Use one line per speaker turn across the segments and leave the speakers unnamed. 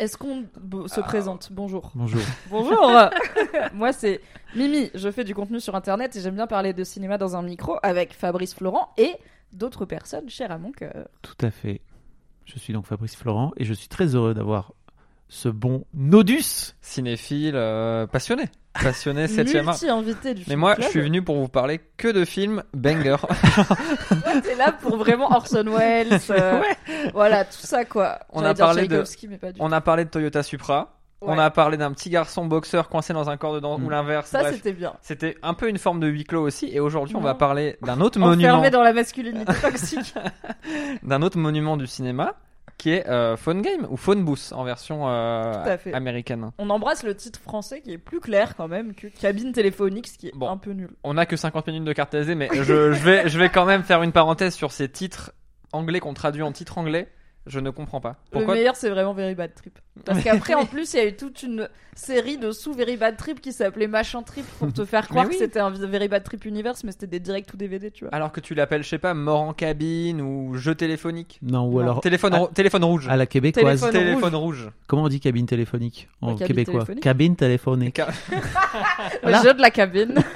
Est-ce qu'on b- se présente Bonjour.
Bonjour.
Ah. Bonjour Moi, c'est Mimi. Je fais du contenu sur Internet et j'aime bien parler de cinéma dans un micro avec Fabrice Florent et d'autres personnes chères à mon cœur.
Tout à fait. Je suis donc Fabrice Florent et je suis très heureux d'avoir ce bon Nodus.
cinéphile euh, passionné. Passionné 7 art.
Multi-invité du
Mais
film
moi, je
club.
suis venu pour vous parler que de films banger.
Toi, T'es là pour vraiment Orson Welles. euh, Voilà, tout ça, quoi.
On
J'allais
a
dire
parlé de-
Tchaïkovski, mais pas du tout.
On a parlé de Toyota Supra. On
Ouais.
a parlé d'un petit garçon boxeur coincé dans un corps de dents
Mm.
ou l'inverse.
Ça,
bref.
c'était bien.
C'était un peu une forme de huis clos aussi. Et aujourd'hui, on
Non.
va parler d'un autre monument,
Enfermé dans la masculinité toxique.
d'un autre monument du cinéma, qui est euh, Phone Game ou Phone Booth en version euh,
Tout à fait.
américaine.
On embrasse le titre français qui est plus clair quand même que cabine téléphonique, ce qui est
Bon.
un peu nul.
On a que 50 minutes de carte SD, mais je, je vais, je vais quand même faire une parenthèse sur ces titres anglais qu'on traduit en titres anglais. Je ne comprends pas. Pourquoi
Le meilleur, c'est vraiment Very Bad Trip. Parce qu'après, en plus, il y a eu toute une série de sous-Very Bad Trip qui s'appelait Machin Trip pour te faire croire
Mais
que
oui.
c'était un Very Bad Trip Universe, mais c'était des directs ou DVD, tu vois.
Alors que tu l'appelles, je sais pas, mort en cabine ou jeu téléphonique.
Non, ou
Non,
alors
Téléphone,
à,
rou- téléphone rouge.
à la québécoise.
Téléphone.
téléphone rouge.
Comment on dit cabine téléphonique en
Ouais, cabine
québécois
téléphonique.
Cabine téléphonique.
Ca- Ah,
Le jeu de la cabine.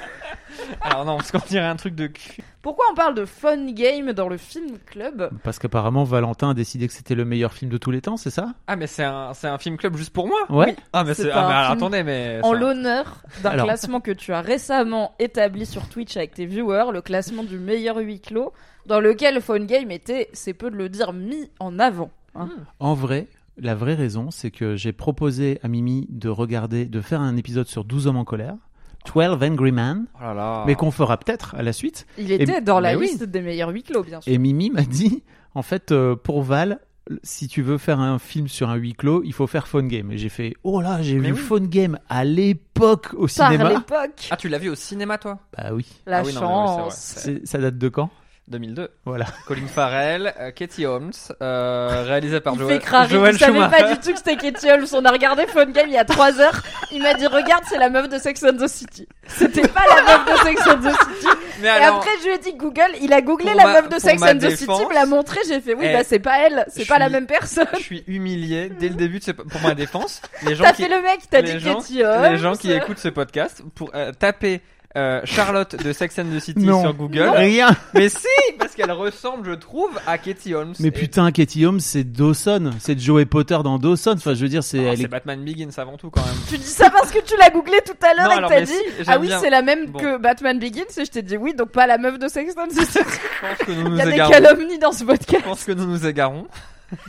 Alors non, parce qu'on dirait un truc de cul.
Pourquoi on parle de fun game dans le film club
Parce qu'apparemment Valentin a décidé que c'était le meilleur film de tous les temps, c'est ça
Ah, mais c'est un, c'est un film club juste pour moi.
Ouais.
Ah, mais
C'est
c'est.
pas
Ah, mais
un
alors,
film
attendez, mais.
En
ça-
l'honneur d'un
Alors.
classement que tu as récemment établi sur Twitch avec tes viewers, le classement du meilleur huis clos, dans lequel Fun Game était, c'est peu de le dire, mis en avant. hein.
En vrai, la vraie raison, c'est que j'ai proposé à Mimi de regarder, de faire un épisode sur 12 hommes en colère, 12 Angry Men,
Oh là là.
mais qu'on fera peut-être à la suite.
Il était dans la
mais oui.
liste des meilleurs huis clos, bien sûr.
Et Mimi m'a dit, en fait, euh, pour Val, si tu veux faire un film sur un huis clos, il faut faire Phone Game. Et j'ai fait, oh là, j'ai
Mais
vu
oui.
Phone Game à l'époque au
Par
cinéma.
l'époque,
Ah, tu l'as vu au cinéma, toi
Bah oui,
la
Ah oui, non, mais oui, c'est vrai.
chance.
C'est- ça date de quand
2002.
Voilà.
Colin Farrell, euh, Katie Holmes, euh, réalisé par
Il
Joel,
fait crarer,
Joel
il savait
Schumacher.
pas du tout que c'était Katie Holmes. On a regardé Phone Game il y a 3 heures. Il m'a dit Regarde, c'est la meuf de Sex and the City. C'était pas la meuf de Sex and the City.
Mais
Et
alors,
après, je lui ai dit Google, il a googlé
Pour
la
ma-
meuf de
pour
Sex
ma
and the City,
défense,
il me l'a montré. J'ai fait Oui,
eh,
bah c'est pas elle, c'est
je
pas la
suis-
même personne.
je suis humilié dès le début de ce... pour ma défense. Les gens
T'as
qui
fait le mec, t'as
les
dit
gens-
Katie Holmes.
les gens qui écoutent ce podcast pour euh, taper euh, Charlotte de Sex and the City
Non.
sur Google.
Rien.
Mais si, parce qu'elle ressemble, je trouve, à Katie Holmes.
Mais
Et-
putain, Katie Holmes, c'est Dawson, c'est Joey Potter dans Dawson. Enfin, je veux dire, c'est
Ah,
elle
c'est
est-
Batman Begins avant tout quand même.
Tu dis ça parce que tu l'as googlé tout à l'heure
Non,
et que
alors,
t'as
mais
dit
si, j'aime
Ah oui,
bien.
c'est la même
Bon.
que Batman Begins. Et je t'ai dit Oui, donc pas la meuf de Sex and the City.
Je pense que nous
Il
nous
y a des
égarons.
calomnies dans ce podcast.
Je pense que nous nous égarons.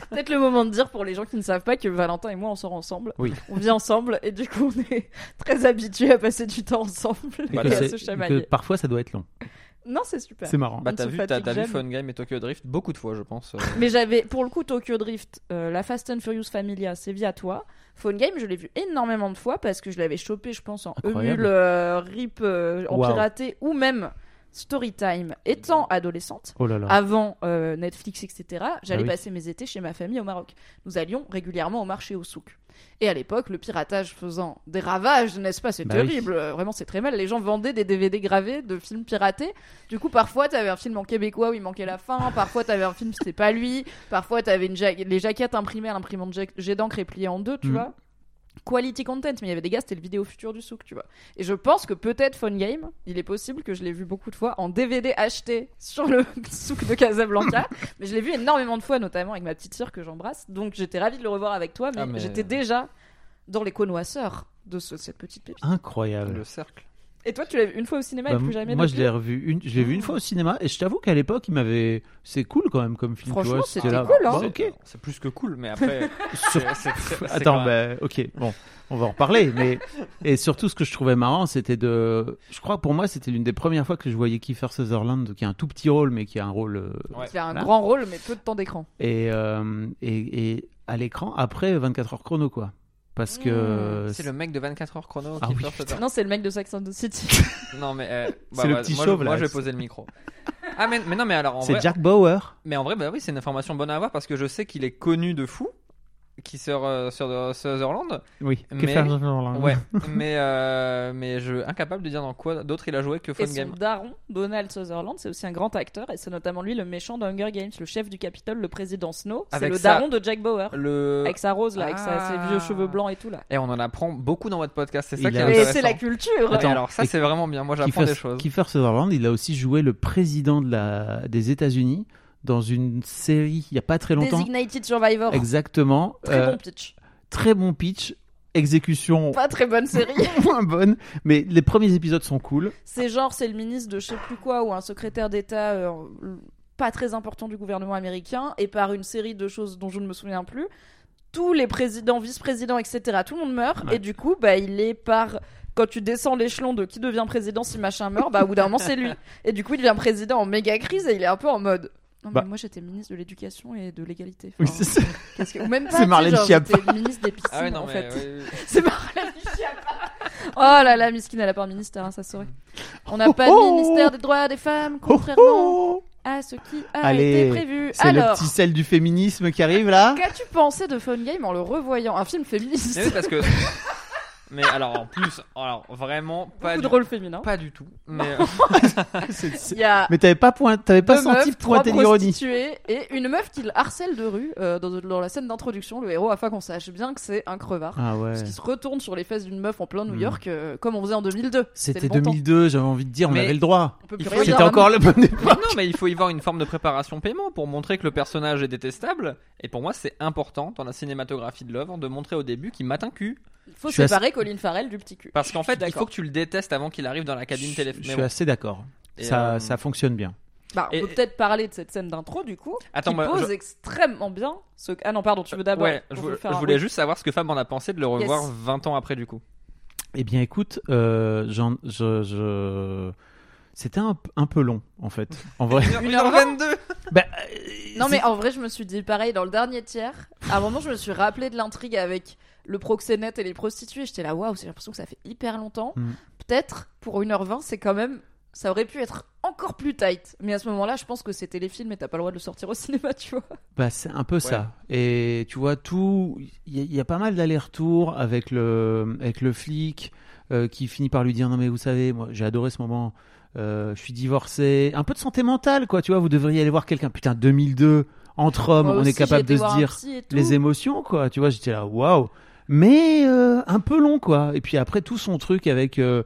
Peut-être le moment de dire pour les gens qui ne savent pas que Valentin et moi on sort ensemble.
Oui.
On vit ensemble et du coup on est très habitués à passer du temps ensemble
et
et
que
à
c'est-
se
que
chamailler.
parfois ça doit être long.
Non, c'est super.
C'est marrant.
Bah
On
t'as
se
vu, t'as
fatigue
t'as vu
jamais.
Fun Game et Tokyo Drift beaucoup de fois, je pense. euh.
Mais j'avais pour le coup Tokyo Drift, euh, la Fast and Furious Familia, c'est via toi. Phone Game, je l'ai vu énormément de fois parce que je l'avais chopé, je pense, en
Incroyable.
Emule, euh, RIP, euh, en
Wow.
piraté ou même Storytime étant adolescente.
Oh là là.
avant euh, Netflix, etc., j'allais
Ah oui.
passer mes étés chez ma famille au Maroc. Nous allions régulièrement au marché au souk. Et à l'époque, le piratage faisant des ravages, n'est-ce pas C'est
Bah oui.
terrible, euh, vraiment c'est très mal. Les gens vendaient des DVD gravés de films piratés. Du coup, parfois, t'avais un film en québécois où il manquait la fin, parfois t'avais un film, c'était pas lui, parfois t'avais une ja- les jaquettes imprimées à l'imprimante ja- jet d'encre et pliées en deux, tu
Mm.
vois Quality content, mais il y avait des gars, c'était le vidéo futur du souk, tu vois. Et je pense que peut-être Fun Game, il est possible que je l'ai vu beaucoup de fois en DVD acheté sur le souk de Casablanca, mais je l'ai vu énormément de fois, notamment avec ma petite sœur que j'embrasse. Donc j'étais ravie de le revoir avec toi, mais,
Ah, mais-
j'étais déjà dans les connoisseurs de ce- cette petite pépite.
Incroyable.
Le cercle.
Et toi, tu l'as vu une fois au cinéma
Bah,
et plus jamais
moi, je
depuis
l'ai revu une, je l'ai vu une fois au cinéma et je t'avoue qu'à l'époque, il m'avait. C'est cool quand même comme film. tu
Franchement,
vois,
c'était
là,
cool, hein.
bah,
C'est- euh,
ok.
C'est plus que cool, mais après.
Sur-
c'est- c'est- c'est- c'est
Attends,
quand même-
bah, ok, bon, on va en reparler. Mais et surtout, ce que je trouvais marrant, c'était de, je crois que pour moi, c'était l'une des premières fois que je voyais Kiefer Sutherland, qui a un tout petit rôle, mais qui a un rôle euh,
Ouais.
Il fait un
Voilà.
grand rôle, mais peu de temps d'écran.
et, euh, et et à l'écran après 24 heures chrono, quoi. Parce que
Mmh, C'est le mec de 24 heures chrono
Ah
qui
oui,
surfe
putain.
dedans.
Non, c'est le mec de Sex and the City.
Non, mais. euh, bah,
C'est le
bah,
petit
moi,
chauve,
je,
là.
Moi, je vais poser le micro. Ah, mais, mais non, mais alors en
c'est
vrai.
Jack Bauer.
Mais en vrai, bah oui, c'est une information bonne à avoir parce que je sais qu'il est connu de fou, qui sur, euh, sur euh, Sutherland.
Ah Oui.
Mais-
Kiefer Sutherland.
Ouais. mais euh, mais je incapable de dire dans quoi d'autre il a joué que Fun
Et son
Game.
daron, Donald Sutherland, c'est aussi un grand acteur et c'est notamment lui le méchant d'Hunger Games, le chef du Capitole, le président Snow. C'est
Avec
le
sa-
daron de Jack Bauer.
Le
Avec sa rose là, avec sa-
Ah.
ses vieux cheveux blancs et tout là.
et on en apprend beaucoup dans votre podcast. C'est ça
Il
qui est
a-
Mais
intéressant.
c'est la culture
Ouais,
Attends,
alors ça
et-
c'est vraiment bien. Moi j'apprends
Kiefer,
des choses.
Kiefer Sutherland, il a aussi joué le président de la des États-Unis dans une série il y a pas très longtemps.
Designated Survivor.
Exactement.
Très
Euh,
bon pitch.
très bon pitch, exécution
Pas très bonne série.
moins bonne, mais les premiers épisodes sont cool.
c'est genre, c'est le ministre de je sais plus quoi ou un secrétaire d'État euh, pas très important du gouvernement américain et par une série de choses dont je ne me souviens plus, tous les présidents, vice-présidents, etc., tout le monde meurt
Ouais.
et du coup, bah, il est par. Quand tu descends l'échelon de qui devient président si machin meurt, bah au bout d'un moment c'est lui. Et du coup il devient président en méga crise et il est un peu en mode. Non mais
Bah.
moi j'étais ministre de l'éducation et de l'égalité.
Oui,
Enfin,
c'est ça.
qu'est-ce que- Ou même pas.
C'est
tu sais,
Marlène
genre,
Schiappa.
j'étais ministre des piscines
Ah ouais non
en
mais
fait.
oui, oui.
C'est Marlène Schiappa. Oh là là, Miskine, elle a pas un ministère, hein, ça saurait. On n'a pas de
Oh, oh.
ministère des droits des femmes,
Oh,
contrairement
oh.
à ce qui a
Allez,
été prévu.
C'est le
Alors,
petit sel du féminisme qui arrive là.
qu'as-tu pensé de Fun Game en le revoyant Un film féministe.
Mais oui, parce que mais alors en plus alors vraiment pas
Beaucoup
du...
de rôles féminins.
pas du tout. Mais
C'est- c'est-
Il y a
Mais t'avais pas, point... t'avais pas
deux
senti
meufs, trois
pointer l'ironie.
prostituées et une meuf qu'il harcèle de rue euh, dans, dans la scène d'introduction, le héros, afin qu'on sache bien que c'est un crevard.
Ah ouais.
Parce qu'il se retourne sur les fesses d'une meuf en plein New
Hmm.
York, euh, comme on faisait en 2002. C'était
C'était
le bon temps.
2002, j'avais envie de dire, on
Mais-
avait le droit.
On peut plus
Il faut-
rien
C'était
dire.
encore le bon
Mais
départ.
non, mais il faut y voir une forme de préparation paiement pour montrer que le personnage est détestable. Et pour moi, c'est important dans la cinématographie de l'œuvre de montrer au début qu'il mate un cul.
Il faut
Je suis assez-
séparer Colin Farrell du petit cul.
Parce qu'en fait, il
d'accord.
faut que tu le détestes avant qu'il arrive dans la cabine
Je,
téléphonique.
je suis assez d'accord.
Et,
Ça,
euh,
ça fonctionne bien.
Bah, on
Et-
peut peut-être parler de cette scène d'intro du coup,
Attends,
qui
moi,
pose
je-
extrêmement bien. Ce... Ah non, pardon, tu veux d'abord.
Ouais, je,
on
vou-
veut faire
je
un-
voulais
oui.
juste savoir ce que Fab en a pensé de le revoir
Yes.
20 ans après du coup.
Eh bien, écoute, euh, j'en- je, je- c'était un, un peu long, en fait. En vrai.
1h22
Bah,
Non mais en vrai, je me suis dit pareil dans le dernier tiers. À un moment, je me suis rappelé de l'intrigue avec le proxénète et les prostituées. J'étais là, waouh, j'ai l'impression que ça fait hyper longtemps.
Mm.
Peut-être pour 1h20, c'est quand même. Ça aurait pu être encore plus tight. Mais à ce moment-là, je pense que c'est téléfilm et t'as pas le droit de le sortir au cinéma, tu vois.
Bah, c'est un peu ça. Et tu vois, tout. Il y, a- il y a pas mal d'allers-retours avec le, avec le flic euh, qui finit par lui dire Non, mais vous savez, moi, j'ai adoré ce moment. euh, je suis divorcé. Un peu de santé mentale, quoi. Tu vois, vous devriez aller voir quelqu'un. Putain, 2002, entre
Oh,
hommes,
Moi
on
aussi,
est capable
j'ai été
de
voir
se
un
dire
psy et tout.
les émotions, quoi. Tu vois, j'étais là, waouh. Mais euh, un peu long, quoi. Et puis après, tout son truc avec euh,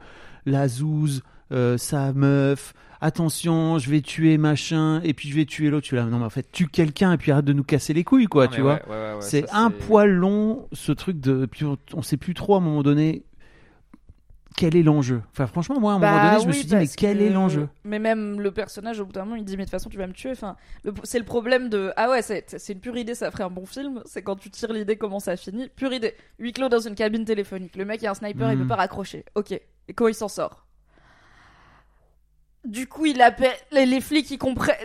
la zouze, euh, sa meuf, attention, je vais tuer machin, et puis je vais tuer l'autre. Tu là, non, mais en fait, tue quelqu'un, et puis arrête de nous casser les couilles, quoi,
Non, mais
tu
ouais,
vois.
ouais, ouais, ouais,
c'est
ça,
un poil long, ce truc de. Puis on, on sait plus trop à un moment donné quel est l'enjeu. Enfin, franchement, moi, à un moment donné, je me
Bah oui,
suis dit, mais
parce
quel
que-
est l'enjeu
Mais même le personnage, au bout d'un moment, il dit, mais de toute façon, tu vas me tuer. Enfin, le- c'est le problème de. Ah ouais, c'est c'est une pure idée, ça ferait un bon film. C'est quand tu tires l'idée, comment ça finit. Pure idée. Huis clos dans une cabine téléphonique. Le mec, il y a un sniper, il
Mm.
peut pas raccrocher. Ok. Et comment il s'en sort Du coup, il appelle. Les, les flics, ils comprennent.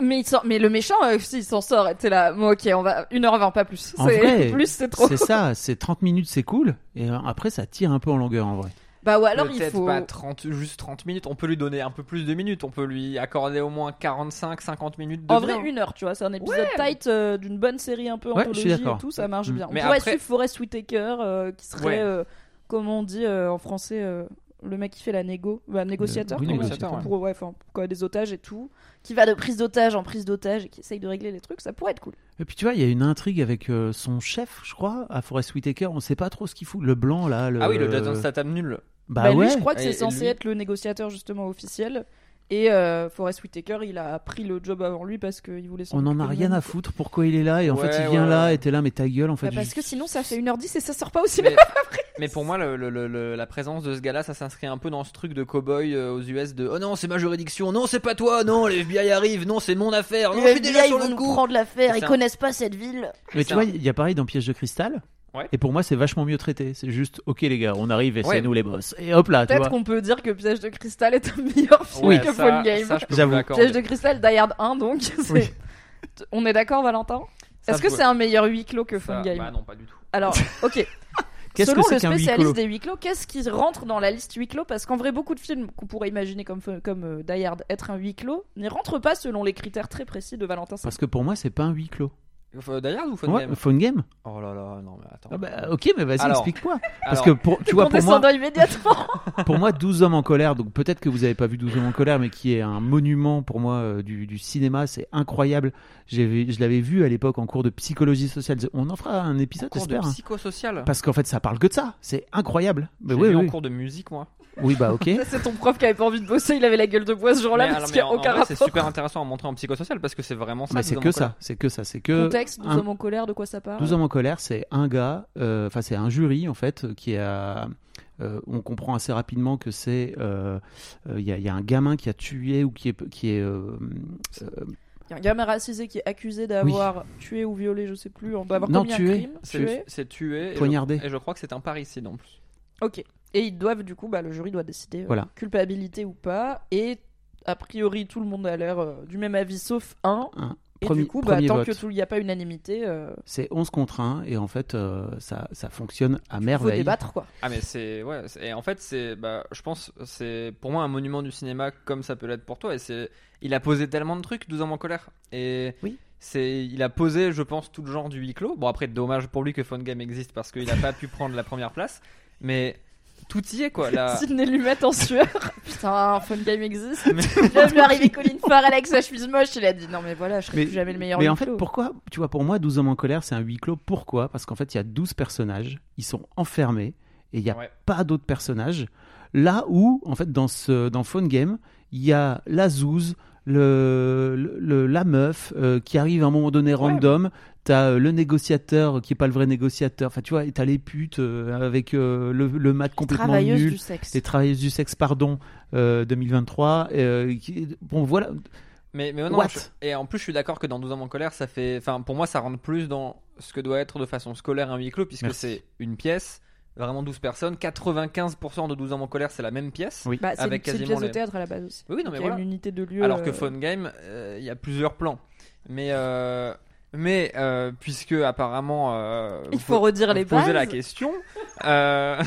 Mais, il s'en- mais le méchant, euh, si, il s'en sort. Et T'es là, bon, ok, on va. 1h20, pas plus.
En
C'est-
vrai,
plus, c'est trop.
C'est ça, c'est 30 minutes, c'est cool, et euh, après, ça tire un peu en longueur, en vrai.
Bah ouais, alors il
Peut-être
faut.
pas 30, juste 30 minutes. On peut lui donner un peu plus de minutes. On peut lui accorder au moins 45-50 minutes de
En
bien.
vrai, une heure, tu vois, c'est un épisode tight euh, d'une bonne série un peu
hein. Ouais, je suis
anthologie
d'accord.
et tout, ça marche
Mm.
bien. On
Mais
pourrait
après-
suivre Forest Whitaker, euh, qui serait,
Ouais.
euh, comment on dit euh, en français, euh, le mec qui fait la négo, bah, négociateur,
oui,
comment on dit,
négociateur, ouais.
pour, ouais, enfin, quand il y a des otages et tout, qui va de prise d'otage en prise d'otage et qui essaye de régler les trucs, ça pourrait être cool.
Et puis tu vois, il y a une intrigue avec euh, son chef, je crois, à Forest Whitaker. On sait pas trop ce qu'il fout. Le blanc là. Le...
Ah oui, le Jason Statham nul.
Bah,
Bah,
ouais.
Lui, je crois que
Et
c'est censé
lui-
être le négociateur justement officiel. Et euh, Forest Whitaker, il a pris le job avant lui parce qu'il voulait s'en
On en a
occuper
rien à
lui-même.
foutre. Pourquoi il est là Et en
Ouais,
fait, il vient
ouais,
là
ouais.
et t'es là, mais ta gueule en fait.
Bah, parce
juste-
que sinon ça fait 1h10 et ça sort pas au cinéma.
Mais- Mais pour moi, le- le- le- le- la présence de ce gars-là, ça s'inscrit un peu dans ce truc de cow-boy euh, aux US de Oh non, c'est ma juridiction, non, c'est pas toi, non, les FBI arrivent, non, c'est mon affaire, non, je suis déjà
FBI, ils
sur le
vont nous
coup.
prendre l'affaire,
C'est
ils
un-
connaissent pas cette ville.
Mais tu
ça.
vois, il y a pareil dans Piège de cristal.
Ouais.
Et pour moi, c'est vachement mieux traité. C'est juste, ok les gars, on arrive et
Ouais.
c'est nous les boss. Et hop là, tu
Peut-être
vois.
qu'on peut dire que Piège de Cristal est un meilleur film
Ouais,
que
ça-
Phone Game.
ça, je peux vous
J'avoue.
l'accorder.
Piège de Cristal, Die Hard 1, donc. c'est-
Oui.
On est d'accord, Valentin
Ça,
Est-ce
je
que
peux-
c'est un meilleur huis clos que
ça-
Phone Game
Bah non, pas du tout.
Alors, ok.
Qu'est-ce
Selon
que
le
c'est qu'un huis
spécialiste
clos
des huis clos, qu'est-ce qui rentre dans la liste huis clos Parce qu'en vrai, beaucoup de films qu'on pourrait imaginer comme, comme euh, Die Hard être un huis clos n'y rentrent pas selon les critères très précis de Valentin Saint-
Parce que pour moi, c'est pas un huis clos.
Faut- D'ailleurs, ou Phone
Ouais,
Game
Phone game
Oh là là, non, mais attends.
Ah bah, Ok, mais vas-y,
Alors.
explique-moi. Parce
Alors,
que pour, tu vois, pour moi,
Condescendant immédiatement
pour moi, 12 hommes en colère, donc peut-être que vous n'avez pas vu 12 hommes en colère, mais qui est un monument pour moi euh, du, du cinéma, c'est incroyable. J'ai vu- Je l'avais vu à l'époque en cours de psychologie sociale. On en fera un épisode,
cours de
j'espère. hein.
psychosocial.
Parce qu'en fait, ça parle que de ça. C'est incroyable. Mais
J'ai
oui,
lu en
oui.
cours de musique, moi.
Oui, bah ok.
Ça, C'est ton prof qui avait pas envie de bosser, il avait la gueule de bois ce jour-là
Mais alors,
parce
mais
qu'il n'y a
en- en
aucun
vrai,
rapport.
C'est super intéressant à montrer en psychosocial parce que c'est vraiment ça.
Mais
nous
c'est
en
que
colère.
ça. C'est que ça. C'est que
Contexte, nous
un-
sommes en colère, de quoi ça parle
12 hommes en colère, c'est un gars, euh, enfin c'est un jury en fait, qui a. euh, on comprend assez rapidement que c'est. euh, euh, Il y, a- il y a un gamin qui a tué ou qui est. Qui est euh, euh,
Il y a un gamin racisé qui est accusé d'avoir tué ou violé, je sais plus, on doit avoir
Non,
commis un
tué.
crime.
C'est c'est tué. et je-
Poignardé.
Et je crois que c'est un parricide en plus.
Ok. Et ils doivent, du coup, bah, le jury doit décider euh,
Voilà.
culpabilité ou pas. Et a priori, tout le monde a l'air euh, du même avis sauf un.
Un.
Et
Premier-
du coup, bah,
premier
tant
vote.
qu'il n'y a pas unanimité, euh,
c'est 11 contre 1 et en fait euh, ça, ça fonctionne à
faut
merveille.
débattre quoi.
Ah mais c'est ouais c'est- et en fait c'est bah je pense c'est pour moi un monument du cinéma comme ça peut l'être pour toi et c'est il a posé tellement de trucs 12 hommes en colère et
Oui.
c'est il a posé je pense tout le genre du huis clos bon après dommage pour lui que Phone Game existe parce qu'il a pas pu prendre la première place mais tout y est quoi là
Sidney Lumet en sueur. Putain, Fun Game existe.
Mais-
J'ai vu arriver Colin Farrell avec sa chemise moche. Il a dit non, mais voilà, je serai
Mais-
plus jamais le meilleur.
Mais en
huis
fait,
clos.
pourquoi Tu vois, pour moi, 12 hommes en colère, c'est un huis clos. Pourquoi Parce qu'en fait, il y a 12 personnages, ils sont enfermés et il n'y a
Ouais.
pas d'autres personnages. Là où, en fait, dans, ce, dans Phone Game, il y a la zouze, le, le- le- la meuf euh, qui arrive à un moment donné random, t'as euh, le négociateur qui est pas le vrai négociateur, enfin, tu vois, et t'as les putes euh, avec euh, le, le mat complètement
Travailleuse
nul.
du sexe.
Les travailleuses du sexe, pardon, euh, 2023. euh, qui- bon, voilà.
mais mais non
What
je- et en plus je suis d'accord que dans 12 hommes en colère ça fait enfin pour moi ça rentre plus dans ce que doit être de façon scolaire un huis clos puisque
Merci.
c'est une pièce vraiment 12 personnes 95% de 12 hommes en colère c'est la même pièce
Oui.
Bah, c'est une,
avec
c'est une
quasiment
pièce de
les-
théâtre à la base aussi.
Oui, oui, non, mais
Il y a
voilà.
une unité de lieu.
Alors que
euh,
Phone Game, euh, il y a plusieurs plans. Mais, euh, mais euh, puisque apparemment. euh,
Il
vous
faut redire
vous
les
posez
bases.
la question. euh,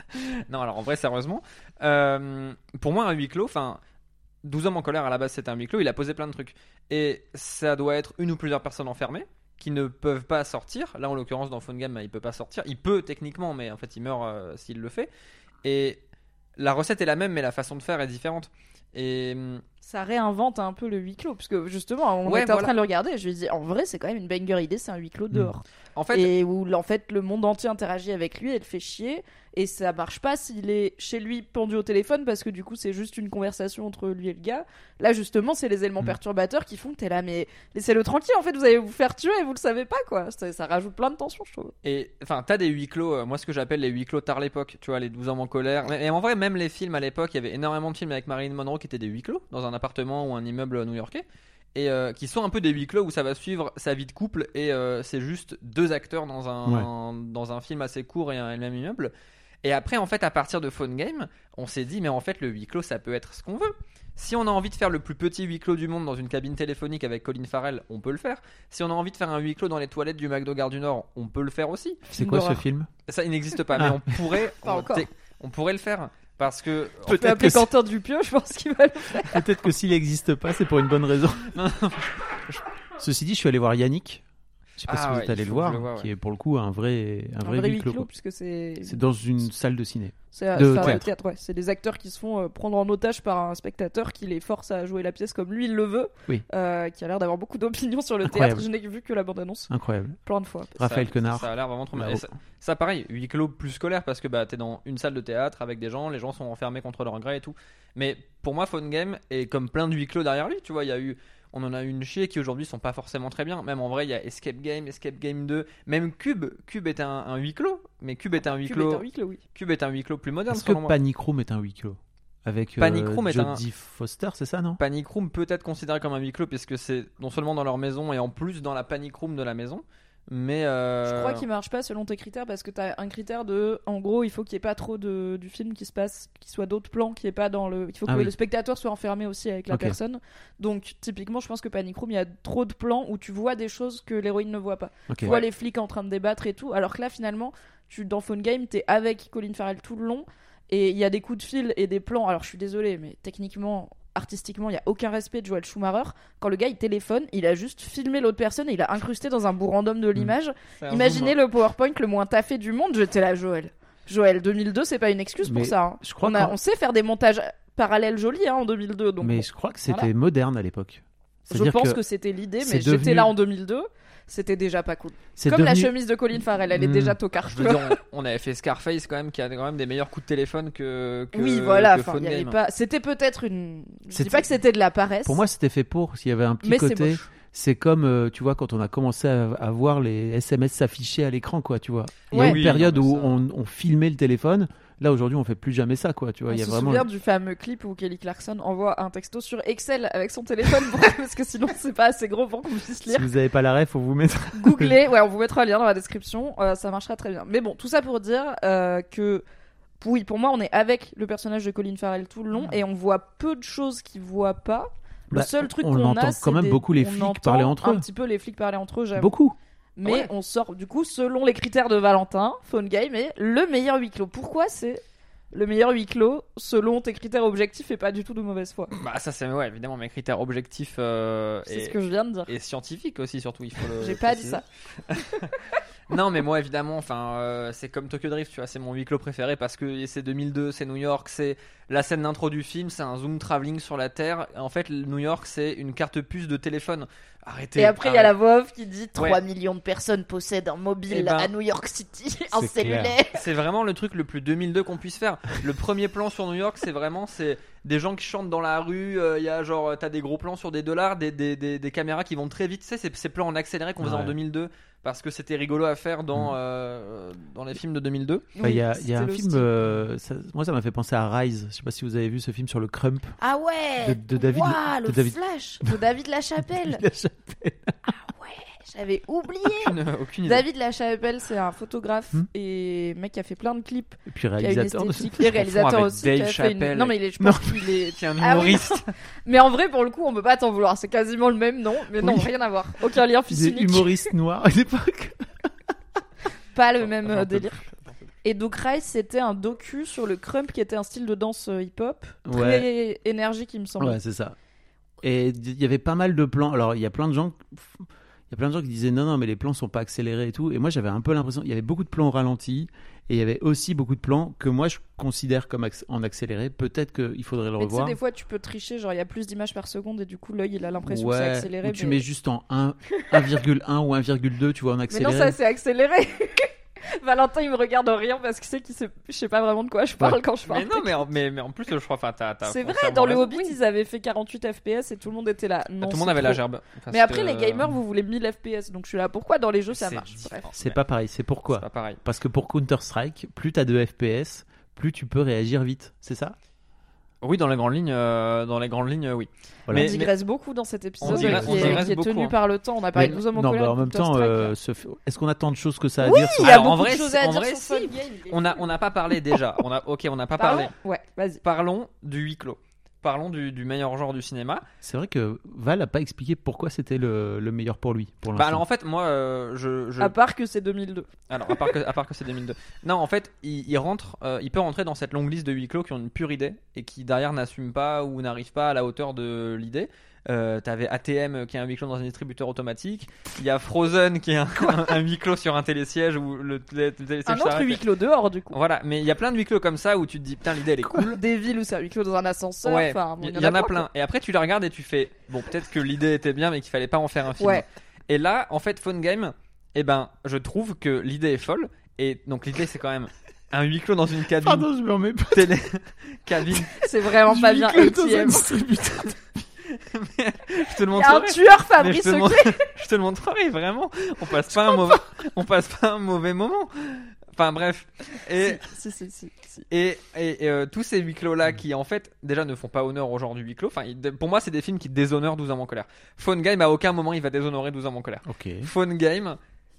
non, alors en vrai, sérieusement. euh, pour moi, un huis clos, enfin. 12 hommes en colère à la base, c'était un huis clos. Il a posé plein de trucs. Et ça doit être une ou plusieurs personnes enfermées qui ne peuvent pas sortir. Là, en l'occurrence, dans Phone Game, il peut pas sortir. Il peut techniquement, mais en fait, il meurt euh, s'il le fait. Et la recette est la même, mais la façon de faire est différente. Et. hum,
ça réinvente un peu le huis clos parce que justement on
Ouais,
était en
voilà.
train de le regarder et je lui ai dit en vrai c'est quand même une banger idée c'est un huis clos
Mm.
dehors
En fait,
et où en fait le monde entier interagit avec lui et le fait chier et ça marche pas s'il est chez lui pendu au téléphone parce que du coup c'est juste une conversation entre lui et le gars là justement c'est les éléments
Mm.
perturbateurs qui font que t'es là mais laissez-le tranquille en fait vous allez vous faire tuer et vous le savez pas quoi ça, ça rajoute plein de tensions je trouve
Et enfin, t'as des huis clos, euh, moi ce que j'appelle les huis clos tard l'époque, tu vois, les 12 hommes en colère. Mais- Et en vrai, même les films à l'époque, il y avait énormément de films avec Marilyn Monroe qui étaient des huis clos, dans un appartement ou un immeuble new-yorkais, et euh, qui sont un peu des huis clos où ça va suivre sa vie de couple et euh, c'est juste deux acteurs dans un, dans un film assez court et un et le même immeuble. Et après, en fait, à partir de Phone Game, on s'est dit, mais en fait, le huis clos, ça peut être ce qu'on veut. Si on a envie de faire le plus petit huis clos du monde dans une cabine téléphonique avec Colin Farrell, on peut le faire. Si on a envie de faire un huis clos dans les toilettes du McDo Gare du Nord, on peut le faire aussi.
C'est quoi ce
d'horreur.
film
Ça, il n'existe pas, mais
Ah.
on pourrait,
Pas
on,
encore.
t'es- on pourrait le faire parce que
on peut appeler Quentin Dupieux je pense qu'il va le
Peut-être que s'il n'existe pas, c'est pour une bonne raison. Ceci dit, je suis allé voir Yannick. Je sais pas
Ah
si vous
ouais,
êtes allé
il
le
faut que
voir,
je le voie, ouais.
qui est pour le coup un vrai, un
un
vrai, huis clos. quoi.
puisque c'est
C'est dans une salle de ciné.
C'est un-
De
c'est un
théâtre.
théâtre, ouais. C'est des acteurs qui se font euh, prendre en otage par un spectateur qui les force à jouer la pièce comme lui il le veut.
Oui.
Euh, qui a l'air d'avoir beaucoup d'opinions sur le
Incroyable. Ah.
théâtre. Je n'ai vu que la bande-annonce
Incroyable.
plein de fois.
Raphaël
ça,
Quenard.
Ça a l'air vraiment trop bien.
Là-haut.
Et Ça, ça, pareil, huis clos plus scolaire parce que bah, t'es dans une salle de théâtre avec des gens, les gens sont enfermés contre leur gré et tout. Mais pour moi, Phone Game est comme plein de huis clos derrière lui, tu vois. Il y a eu. on en a une chier qui aujourd'hui sont pas forcément très bien. Même en vrai, il y a Escape Game, Escape Game 2, même Cube. Cube est un, un huis clos, mais Cube est un huis
Cube est
clos.
un huis clos, oui.
Cube est un huis clos plus moderne.
Est-ce que
selon moi.
Panic Room est un huis clos Avec euh,
Panic Room est un-
Jodie Foster, c'est ça, non
Panic Room peut être considéré comme un huis clos puisque c'est non seulement dans leur maison et en plus dans la Panic Room de la maison, mais euh,
Je crois qu'il marche pas selon tes critères parce que t'as un critère de, en gros, il faut qu'il y ait pas trop de du film qui se passe, qu'il soit d'autres plans, qu'il y ait pas dans le, il faut que
Ah oui.
le spectateur soit enfermé aussi avec la
Ok.
personne. Donc typiquement, je pense que Panic Room, il y a trop de plans où tu vois des choses que l'héroïne ne voit pas.
Ok.
Tu vois les flics en train de débattre et tout, alors que là finalement, tu dans Phone Game, t'es avec Colin Farrell tout le long et il y a des coups de fil et des plans. Alors je suis désolé, mais techniquement. Artistiquement, il y a aucun respect de Joel Schumacher. Quand le gars il téléphone, il a juste filmé l'autre personne et il a incrusté dans un bout random
Hmm.
de l'image
c'est un
Imaginez
zoom.
le PowerPoint le moins taffé du monde, j'étais là, Joël. Joël, 2002, c'est pas une excuse pour
Mais
ça. hein.
je crois
on, a-
qu'en-
on sait faire des montages parallèles jolis hein, en 2002, donc
Mais
bon,
je crois que c'était
Voilà.
moderne à l'époque.
je
C'est-à-dire
pense que, c'était l'idée,
c'est
mais j'étais
devenu-
là en 2002, c'était déjà pas cool.
c'est
Comme la
devenu-
chemise de Colin Farrell, elle est
Hmm.
déjà tocard.
Je veux dire, on, on avait fait Scarface quand même, qui a quand même des meilleurs coups de téléphone que. que-
oui, voilà,
que
enfin,
Phone
il y avait
Game.
pas... c'était peut-être une... Je dis
C'était-
pas que c'était de la paresse,
Pour moi, c'était fait pour. S'il y avait un petit
mais c'est
côté,
moche.
c'est comme euh, tu vois quand on a commencé à, à voir les SMS s'afficher à l'écran, quoi. Tu vois. Il y
Ouais.
a
Oui,
une période
non, mais
où
ça-
on, on filmait le téléphone. Là, aujourd'hui, on fait plus jamais ça, quoi. Tu vois.
On
Il y a
se
vraiment.
souvient du fameux clip où Kelly Clarkson envoie un texto sur Excel avec son téléphone, pour- parce que sinon c'est pas assez gros pour qu'on puisse
Si
lire.
vous n'avez pas la ref, on vous met.
Googlez, ouais, on vous mettra le lien dans la description, euh, ça marchera très bien. Mais bon, tout ça pour dire euh, que, oui, pour moi, on est avec le personnage de Colin Farrell tout le long et on voit peu de choses qu'il voit pas. Le
Ah. Bah,
seul truc
on
qu'on a,
entend
c'est
quand même
des-
beaucoup les
on
flics
entend
parler entre
Un
eux.
petit peu les flics parler entre eux, j'avoue.
Beaucoup.
Mais
Ouais.
on sort du coup selon les critères de Valentin, Phone Game est le meilleur huis clos. Pourquoi c'est le meilleur huis clos selon tes critères objectifs et pas du tout de mauvaise foi
Bah, ça, c'est ouais, évidemment mes critères objectifs euh,
C'est
et,
ce que je viens de dire.
et scientifiques aussi, surtout. Il faut
Euh,
le
J'ai pas dit
préciser.
ça.
Non, mais moi, évidemment, enfin, euh, c'est comme Tokyo Drift, tu vois, c'est mon huis clos préféré parce que c'est 2002, c'est New York, c'est la scène d'intro du film, c'est un zoom travelling sur la Terre. En fait, New York, c'est une carte puce de téléphone. Arrêtez.
Et après, il y a
arrêtez.
la voix off qui dit 3
Ouais.
millions de personnes possèdent un
Eh
mobile
ben,
à New York City, un
c'est
cellulaire.
C'est vraiment le truc le plus 2002 qu'on puisse faire. Le premier plan sur New York, c'est vraiment c'est des gens qui chantent dans la rue. euh, Il y a genre euh, t'as des gros plans sur des dollars, des, des, des, des caméras qui vont très vite. Tu sais, c'est ces plans en accéléré qu'on faisait en
Ouais.
2002 parce que c'était rigolo à faire dans euh, dans les films de 2002.
Enfin, Il y a, il y
c'était
a un
le
film.
style.
euh, ça- moi, ça m'a fait penser à Rise. Je sais pas si vous avez vu ce film sur le crump.
Ah ouais
de- de David-
Ouah,
de
le
David-
Flash de David Lachapelle. J'avais oublié.
Aucune, aucune idée.
David Lachapelle, c'est un photographe
Hmm.
et mec qui a fait plein de clips.
Et puis
Qui a une
réalisateur. de ce
esthétique. Et réalisateur
avec
aussi.
Dave
qui a fait une-
Chappelle.
Non, mais il est, je
Non.
pense qu'il est.
Qui est un
Ah oui,
humoriste.
non. mais en vrai, pour le coup, on peut pas t'en vouloir. C'est quasiment le même nom, mais non,
Oui.
rien à voir. Aucun lien
Des
physique.
humoristes noirs à l'époque.
Pas le même
J'en
euh,
peux
délire.
plus, j'en peux plus.
Et donc Rise, c'était un docu sur le crump qui était un style de danse euh, hip-hop très
Ouais.
énergique, il me semble.
Ouais, c'est ça. Et il y avait pas mal de plans. Alors, il y a plein de gens. Il y a plein de gens qui disaient non, non, mais les plans sont pas accélérés et tout. Et moi, j'avais un peu l'impression. Il y avait beaucoup de plans au ralenti. Et il y avait aussi beaucoup de plans que moi, je considère comme acc- en accéléré. Peut-être qu'il faudrait
mais
le
tu sais,
revoir.
des fois, tu peux tricher, genre il y a plus d'images par seconde et du coup l'œil il a l'impression que c'est
Ouais,
accéléré.
ou tu
mais...
mets juste en 1, 1,1 ou 1,2, tu vois, en
mais
accéléré.
non, ça c'est accéléré. Valentin il me regarde en riant parce qu'il sait qu'il sait... je sais pas vraiment de quoi je parle
Ouais.
quand je parle.
Mais non, mais en, mais, mais en plus, je crois, enfin, t'as. t'as
C'est vrai,
foncièrement
dans le
raison.
Hobbit ils avaient fait 48 FPS et tout le monde était là. Non,
Tout le
c'est
monde avait la
trop.
gerbe. Parce
Mais après
que-
les gamers vous voulez 1000 FPS donc je suis là pourquoi dans les jeux ça
C'est
marche
différent.
Bref.
C'est
Mais
pas pareil. C'est
c'est
pourquoi
pas pareil.
Parce que pour Counter-Strike, plus t'as de FPS, plus tu peux réagir vite. C'est ça
Bah,
Oui, dans les grandes lignes, euh, dans les grandes lignes, euh, oui.
Voilà.
Mais-
on digresse beaucoup dans cet épisode qui,
digresse- on
est,
digresse
qui est tenu
beaucoup, hein.
par le temps. On a parlé
Mais-
de Nous hommes en
non,
colère.
mais
de
en même temps,
Counter-Strike.
euh, ce f- est-ce qu'on a tant de choses que ça à
Oui,
dire sur-
Il y a
Alors, en
beaucoup
vrai,
de choses
c'est-
à
en
dire
vrai,
sur Fun
si.
Game.
On a, on n'a pas parlé déjà. On a, ok, on n'a pas parlé.
Pardon Ouais, vas-y.
Parlons du huis clos. Parlons du, du meilleur genre du cinéma.
C'est vrai que Val a pas expliqué pourquoi c'était le, le meilleur pour lui. Pour
Bah,
l'instant.
alors en fait, moi, euh, je, je-
À part que c'est 2002.
alors Ah à part que, à part que c'est 2002. Non, en fait, il, il rentre, euh, il peut rentrer dans cette longue liste de huis clos qui ont une pure idée et qui derrière n'assument pas ou n'arrivent pas à la hauteur de l'idée. Euh, T'avais ATM qui est un huis clos dans un distributeur automatique. Il y a Frozen qui est un, un, un huis clos sur un télésiège où le, télé- le télésiège
Un autre
s'arrête.
huis clos dehors, du coup.
Voilà, mais il y a plein de huis clos comme ça où tu te dis putain l'idée elle est cool.
Des villes où c'est un huis clos dans un ascenseur.
Ouais,
enfin, bon,
il y, en a
quoi,
plein. Et après, tu les regardes et tu fais, bon, peut-être que l'idée était bien, mais qu'il fallait pas en faire
quoi.
un film.
Ouais.
Et là, en fait, Phone Game, eh ben, je trouve que l'idée est folle. Et donc, l'idée, c'est quand même un huis clos dans une cabine
Pardon, je me remets pas.
télé. cabine.
C'est vraiment pas
Du
bien.
huis clos dans un
ATM.
distributeur.
je te le
Il y a un
montrerai.
tueur
Mais je
Fabrice
te le
Secret.
montrerai, je te le montrerai, vraiment. On passe pas un mauvais, on passe pas un mauvais moment. Enfin bref. Et,
Si, si, si, si.
et, et, et, euh, tous ces huis clos là qui en fait déjà ne font pas honneur au genre du huis clos. Enfin, ils- pour moi, c'est des films qui déshonorent 12 hommes en colère. Phone Game à aucun moment il va déshonorer 12 hommes en colère.
Ok.
Phone Game,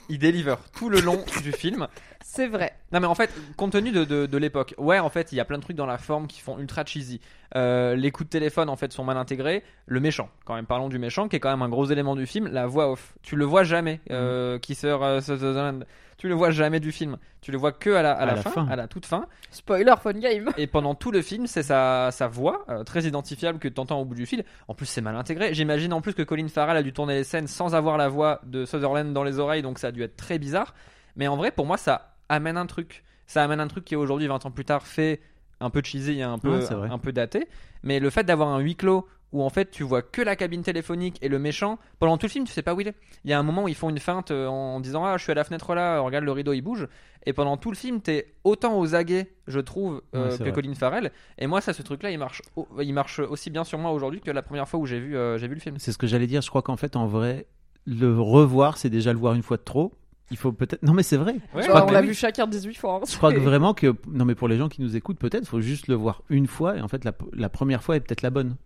il délivre tout le long du film.
C'est vrai.
Non mais en fait, compte tenu de, de, de l'époque, ouais en fait il y a plein de trucs dans la forme qui font ultra cheesy. Euh, les coups de téléphone en fait sont mal intégrés. Le méchant, quand même parlons du méchant qui est quand même un gros élément du film, la voix off. Tu le vois jamais, euh, qui sort euh, Sutherland. Tu le vois jamais du film. Tu le vois que à la, à la, fin, à la toute fin.
Spoiler, fun game.
Et pendant tout le film, c'est sa, sa voix euh, très identifiable que t'entends au bout du fil. En plus c'est mal intégré. J'imagine en plus que Colin Farrell a dû tourner les scènes sans avoir la voix de Sutherland dans les oreilles, donc ça a dû être très bizarre. Mais en vrai, pour moi, ça amène un truc. Ça amène un truc qui aujourd'hui, 20 ans plus tard, fait un peu cheesy et un peu,
Ouais, c'est vrai.
un peu daté. Mais le fait d'avoir un huis clos où en fait tu vois que la cabine téléphonique et le méchant, pendant tout le film, tu sais pas où il est. Il y a un moment où ils font une feinte euh, en disant Ah, je suis à la fenêtre là, regarde le rideau, il bouge. Et pendant tout le film, t'es autant aux aguets, je trouve, euh,
Ouais, c'est
que
vrai.
Colin Farrell. Et moi, ça, ce truc-là, il marche, au- il marche aussi bien sur moi aujourd'hui que la première fois où j'ai vu, euh, j'ai vu le film.
C'est ce que j'allais dire. Je crois qu'en fait, en vrai, le revoir, c'est déjà le voir une fois de trop. Il faut peut-être. Non, mais c'est vrai.
Ouais,
Genre,
crois
on
que
l'a
oui.
vu chacun 18 fois. hein.
Je crois que vraiment que. Non, mais pour les gens qui nous écoutent, peut-être, il faut juste le voir une fois. Et en fait, la, la première fois est peut-être la bonne.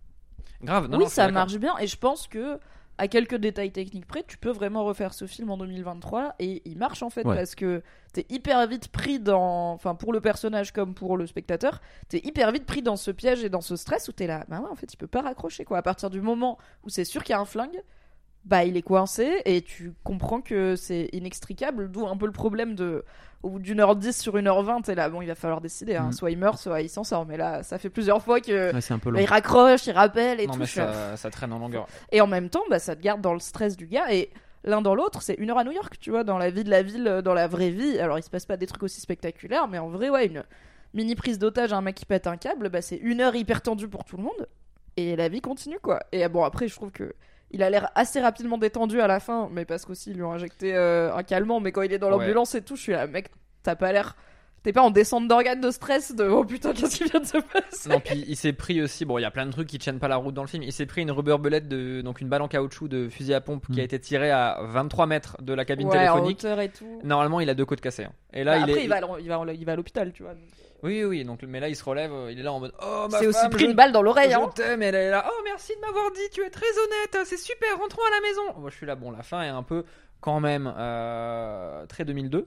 Grave, non,
oui,
non, je suis
ça
d'accord.
marche bien et je pense que à quelques détails techniques près, tu peux vraiment refaire ce film en 2023 et il marche en fait
Ouais.
parce que t'es hyper vite pris dans, enfin pour le personnage comme pour le spectateur, t'es hyper vite pris dans ce piège et dans ce stress où t'es là, bah ouais en fait il peut pas raccrocher quoi. À partir du moment où c'est sûr qu'il y a un flingue, bah il est coincé et tu comprends que c'est inextricable, d'où un peu le problème de au bout d'une heure dix sur une heure vingt, t'es là bon il va falloir décider, hein.
Mm.
soit il meurt, soit il s'en sort, mais là ça fait plusieurs fois que
Ouais, c'est un peu
bah,
long.
il raccroche, il rappelle et
Non,
tout.
mais
je suis là,
ça, euh, ça traîne en longueur.
et en même temps, bah, ça te garde dans le stress du gars. Et l'un dans l'autre, c'est une heure à New York, tu vois, dans la vie de la ville, euh, dans la vraie vie. Alors, il se passe pas des trucs aussi spectaculaires, mais en vrai, ouais, une mini prise d'otage à un mec qui pète un câble, bah, c'est une heure hyper tendue pour tout le monde. Et la vie continue, quoi. Et euh, bon, après, je trouve que. Il a l'air assez rapidement détendu à la fin, mais parce qu'aussi ils lui ont injecté euh, un calmant. Mais quand il est dans
Ouais.
l'ambulance et tout, je suis là, mec, t'as pas l'air. T'es pas en descente d'organes de stress de oh putain, qu'est-ce qui vient de se passer
Non, puis il s'est pris aussi. Bon, il y a plein de trucs qui tiennent pas la route dans le film. Il s'est pris une rubber bullet, de, donc une balle en caoutchouc de fusil à pompe qui a
Mm.
été tirée à 23 mètres de la cabine
Ouais, en
téléphonique.
hauteur et tout.
Normalement, il a deux côtes cassées. hein. Et là,
Bah,
il
après,
est.
il va, à l'hô- il va en- il va à l'hôpital, tu vois. donc.
Oui, oui, oui. Donc, mais là, il se relève. euh, Il est là en mode Oh, ma
C'est aussi
femme,
pris
je-
une balle dans l'oreille, hein.
Je t'aime, elle est là. Oh, merci de m'avoir dit, tu es très honnête, c'est super, rentrons à la maison. Moi, je suis là, bon, la fin est un peu, quand même, euh, très 2002.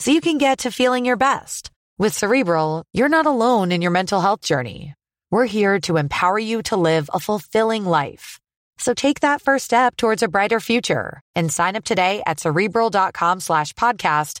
so you can get to feeling your best. With Cerebral, you're not alone in your mental health journey. We're here to empower you to live a fulfilling life. So take that first step towards a brighter future and sign up today at cerebral.com slash podcast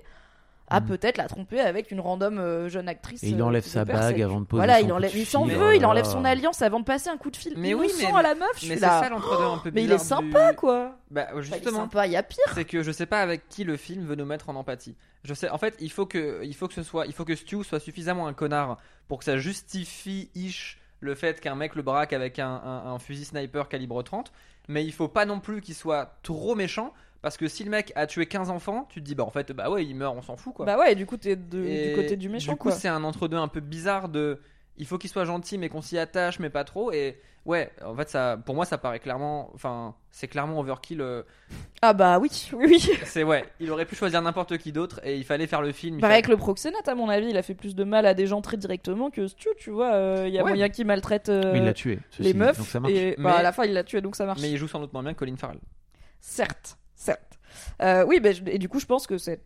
à
Mm.
peut-être la tromper avec une random euh, jeune actrice
Et il
euh,
enlève
qui
sa
déperce
bague
et-
avant de poser
voilà
son
il
coup de
enlève il s'en
fil.
veut il
Oh là
enlève
là.
son alliance avant de passer un coup de fil
Mais
innocent
oui, mais-
à la meuf je
Mais
suis
c'est
là
ça l'entre-deux un peu
mais il est
bizarre du-
sympa quoi
Bah,
Enfin, il est
justement,
sympa il y a pire
c'est que je sais pas avec qui le film veut nous mettre en empathie. Je sais, en fait, il faut que, il faut que ce soit, il faut que Stu soit suffisamment un connard pour que ça justifie ish le fait qu'un mec le braque avec un, un- un fusil sniper calibre 30, mais il faut pas non plus qu'il soit trop méchant parce que si le mec a tué 15 enfants, tu te dis bah en fait bah ouais il meurt, on s'en fout quoi.
bah ouais et du coup t'es de-
Et
du côté du méchant
Du coup,
quoi.
c'est un entre-deux un peu bizarre de. Il faut qu'il soit gentil, mais qu'on s'y attache, mais pas trop. Et ouais, en fait, ça, pour moi, ça paraît clairement. Enfin, c'est clairement overkill. euh,
Ah bah oui, oui, oui.
C'est ouais, il aurait pu choisir n'importe qui d'autre et il fallait faire le film. il
Pareil
fallait-
que le proxénète, à mon avis, il a fait plus de mal à des gens très directement que Stu, tu vois. euh, Il y a
Ouais.
moyen qu'il maltraite euh,
mais il l'a tué. ceci
les
dit,
meufs.
donc ça marche.
et bah,
Mais-
à la fin, il l'a tué, donc ça marche.
Mais il joue sans doute moins bien que Colin Farrell.
Certes, certes. Euh, oui, bah, je- et du coup, je pense que c'est-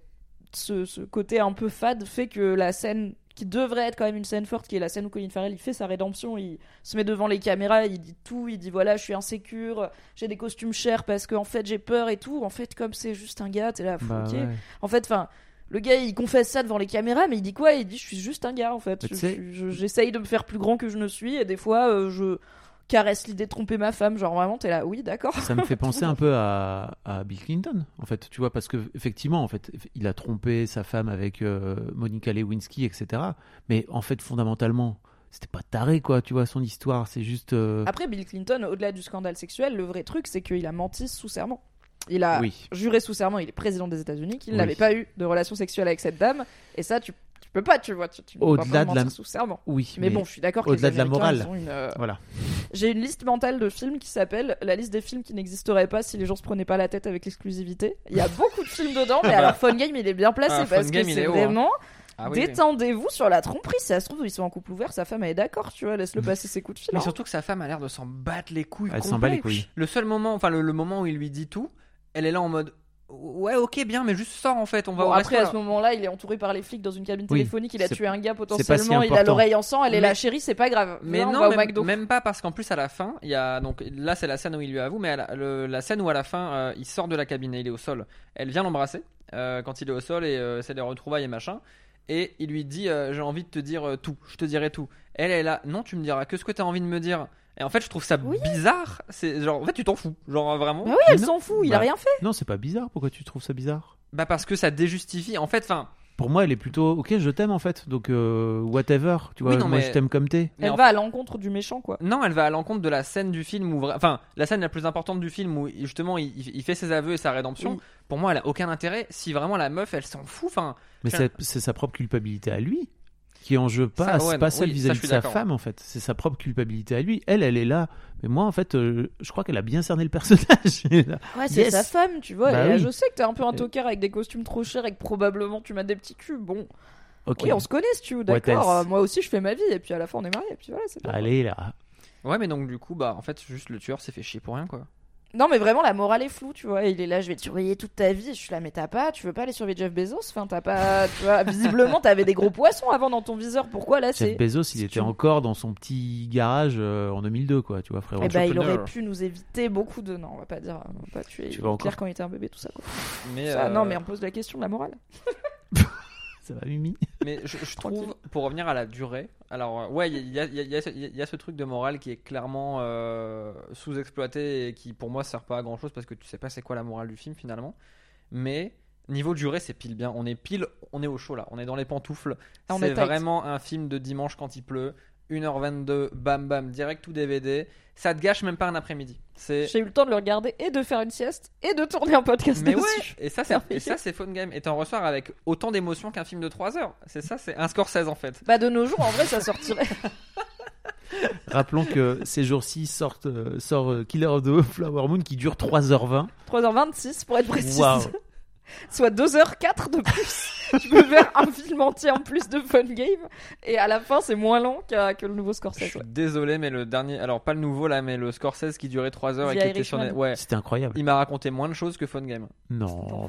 ce, ce côté un peu fade fait que la scène qui devrait être quand même une scène forte, qui est la scène où Colin Farrell il fait sa rédemption, il se met devant les caméras, il dit tout, il dit voilà, je suis insécure, j'ai des costumes chers parce qu'en fait j'ai peur et tout. En fait, comme c'est juste un gars, t'es là, pff,
Bah
ok.
ouais.
En fait, enfin, Le gars, il confesse ça devant les caméras, mais il dit quoi Il dit Je suis juste un gars, en fait.
Mais
Je-
tu sais-
je- je- J'essaye de me faire plus grand que je ne suis, et des fois, euh, je caresse l'idée de tromper ma femme. Genre, vraiment, t'es là, oui, d'accord.
Ça me fait penser un peu à, à Bill Clinton, en fait, tu vois, parce que effectivement, en fait, il a trompé sa femme avec euh, Monica Lewinsky, etc. Mais en fait, fondamentalement, c'était pas taré, quoi, tu vois, son histoire, c'est juste.
Mm.
euh,
Après, Bill Clinton, au-delà du scandale sexuel, le vrai truc, c'est qu'il a menti sous serment. Il a
Oui.
juré sous serment, il est président des États-Unis, qu'il
Oui.
n'avait pas eu de relation sexuelle avec cette dame, et ça, tu, tu peux pas, tu vois. Tu, tu peux
Au-delà
pas
de la-
mentir sous serment.
Oui,
Mais, bon, je suis d'accord que
au-delà
les
de la
Américains,
morale.
ils ont une, euh,
Voilà.
J'ai une liste mentale de films qui s'appelle la liste des films qui n'existeraient pas si les gens se prenaient pas la tête avec l'exclusivité. Il y a beaucoup de films dedans, mais alors Fun Game il est bien placé
Ah, Fun
parce
Game,
que
il
c'est
est haut, hein.
vraiment
Ah oui, oui.
détendez-vous sur la tromperie. Si ça se trouve ils sont en couple ouvert, sa femme elle est d'accord, tu vois, laisse-le passer ses coups de fil.
Mm. Mais
hein.
surtout que sa femme a l'air de s'en battre les couilles.
Elle s'en bat les
complet.
couilles.
Le seul moment, enfin le, le moment où il lui dit tout, elle est là en mode ouais ok bien mais juste sors en fait on va
Bon,
au
après, euh,
resto,
à
là.
ce moment-là, il est entouré par les flics dans une cabine
Oui,
téléphonique. Il a
c'est-
tué un gars
pas si
potentiellement. il a
important.
l'oreille en sang. Elle est
Mais-
là, chérie, c'est pas grave.
Mais
Viens, on
non,
va au
même,
McDo.
même pas parce qu'en plus à la fin, il y a donc là c'est la scène où il lui avoue, mais à la, le- la scène où à la fin euh, il sort de la cabine et il est au sol, elle vient l'embrasser euh, quand il est au sol et euh, c'est des retrouvailles et machin, et il lui dit euh, j'ai envie de te dire euh, tout, je te dirai tout. Elle est là, non tu me diras que ce que t'as envie de me dire. Et en fait je trouve ça
Oui.
bizarre, c'est genre en fait tu t'en fous, genre euh, vraiment.
Bah oui, elle
Mais non.
s'en fout. Il a
Bah,
rien fait.
Non, c'est pas bizarre. Pourquoi tu trouves ça bizarre
Bah parce que ça déjustifie, en fait, enfin.
Pour moi, elle est plutôt ok. Je t'aime en fait, donc euh, whatever. Tu vois,
Oui, non,
moi
mais-
je t'aime comme t'es.
mais
Elle
en
va à l'encontre du méchant, quoi.
Non, elle va à l'encontre de la scène du film où, vra- enfin, la scène la plus importante du film où justement il, il- il fait ses aveux et sa rédemption.
Oui.
Pour moi, elle a aucun intérêt. Si vraiment la meuf, elle s'en fout. Enfin,
Mais
Tiens.
c'est c'est sa propre culpabilité à lui qui est en jeu,
Ça,
pas,
ouais,
pas
non,
celle
oui, ça,
vis-à-vis
je suis
de sa
d'accord.
femme en fait. C'est sa propre culpabilité à lui. Elle, elle est là. Mais moi en fait, euh, je crois qu'elle a bien cerné le personnage. Elle est là.
Ouais, c'est
Yes.
sa femme, tu vois.
Bah
et là,
oui.
je sais que t'es un peu un tocard avec des costumes trop chers et que probablement tu m'as des petits culs. Bon,
ok.
oui, on se connaît, si tu veux, d'accord.
else
euh, moi aussi, je fais ma vie. Et puis à la fin, on est mariés. Et puis voilà, c'est bien.
Allez là.
ouais, mais donc du coup, bah, en fait, juste le tueur s'est fait chier pour rien, quoi.
Non, mais vraiment, la morale est floue, tu vois. Il est là, je vais te surveiller toute ta vie. Je suis là, mais t'as pas, tu veux pas aller surveiller Jeff Bezos Enfin, t'as pas, tu vois. Visiblement, t'avais des gros poissons avant dans ton viseur. Pourquoi là, c'est.
Jeff Bezos, il
c'est
était
une-
encore dans son petit garage euh, en 2002 quoi. Tu vois frérot.
Eh ben, il
entrepreneur.
aurait pu nous éviter beaucoup de. Non, on va pas dire, on va pas tuer
Tu
Hitler
vas encore-
quand il était un bébé, tout ça. Quoi.
Mais
Ça,
euh,
Non, mais on pose la question de la morale.
Ça va Mimi.
mais je, je trouve, pour revenir à la durée, alors euh, ouais, il y a, il y a- il y a ce- il y a- il y a ce truc de morale qui est clairement euh, sous-exploité et qui, pour moi, sert pas à grand chose parce que tu sais pas c'est quoi la morale du film finalement. Mais niveau durée, c'est pile bien. On est pile, on est au chaud là. On est dans les pantoufles.
Ah, on
c'est
est tight.
vraiment un film de dimanche quand il pleut. 1h22, bam bam, direct ou DVD. Ça te gâche même pas un après-midi. C'est
J'ai eu le temps de le regarder et de faire une sieste et de tourner un podcast
mais ouais,
dessus.
et ça c'est et ça c'est fun game et t'en ressors avec autant d'émotions qu'un film de 3 heures. C'est ça, c'est un score 16 en fait.
Bah, de nos jours, en vrai, ça sortirait.
Rappelons que ces jours-ci sortent, euh, sort euh, Killer of the Flower Moon qui dure 3h20.
3h26 pour être précise.
Waouh.
Soit 2h04 de plus. tu peux faire un film entier en plus de Fun Game. Et à la fin, c'est moins long qu'à- que le nouveau
Je
Scorsese.
suis désolé mais le dernier alors pas le nouveau là mais le score 16 qui durait 3 heures et
The
qui était sur
Irishman.
Net- ouais.
C'était incroyable.
Il m'a raconté moins de choses que Fun Game.
Non,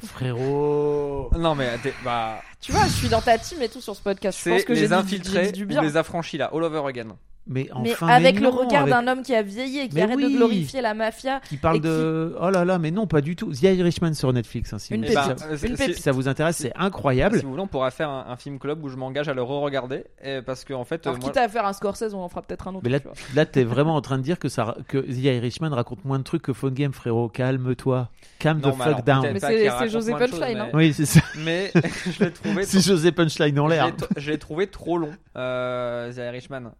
frérot.
Non mais t'es- bah
Tu vois, je suis dans ta team et tout sur ce podcast. Je pense
c'est
que j'ai
les
dit- j'ai
infiltrés,
dit du
ou
bien.
les affranchis là, all over again.
Mais
Mais
enfin,
avec le
non,
regard
avec-
d'un homme qui a vieilli et qui
Mais
arrête
oui.
de glorifier la mafia.
qui parle
et
de oh là là mais non pas du tout The Irishman sur Netflix hein, si,
Une
vous-
Eh ben,
pépite.
ça-
euh,
Une
si-
si ça vous intéresse c'est incroyable
Si vous voulez, on pourra faire un, un film club où je m'engage à le re-regarder et parce que en fait,
Alors,
euh, moi-
quitte à faire un Scorsese, on en fera peut-être un autre.
mais là,
tu vois.
là t'es vraiment en train de dire que, ça, que The Irishman raconte moins de trucs que Phone Game, frérot. Calme-toi. Calm
Non,
the
mais
fuck
alors,
down.
peut-être
Mais
pas
c'est-
qu'il
c'est
raconte
José
moins de choses,
Punchline,
mais-
hein.
Oui, c'est ça.
mais je l'ai trouvé.
C'est José Punchline en
je
l'air.
l'ai tr- je l'ai trouvé trop long, euh, The Irishman.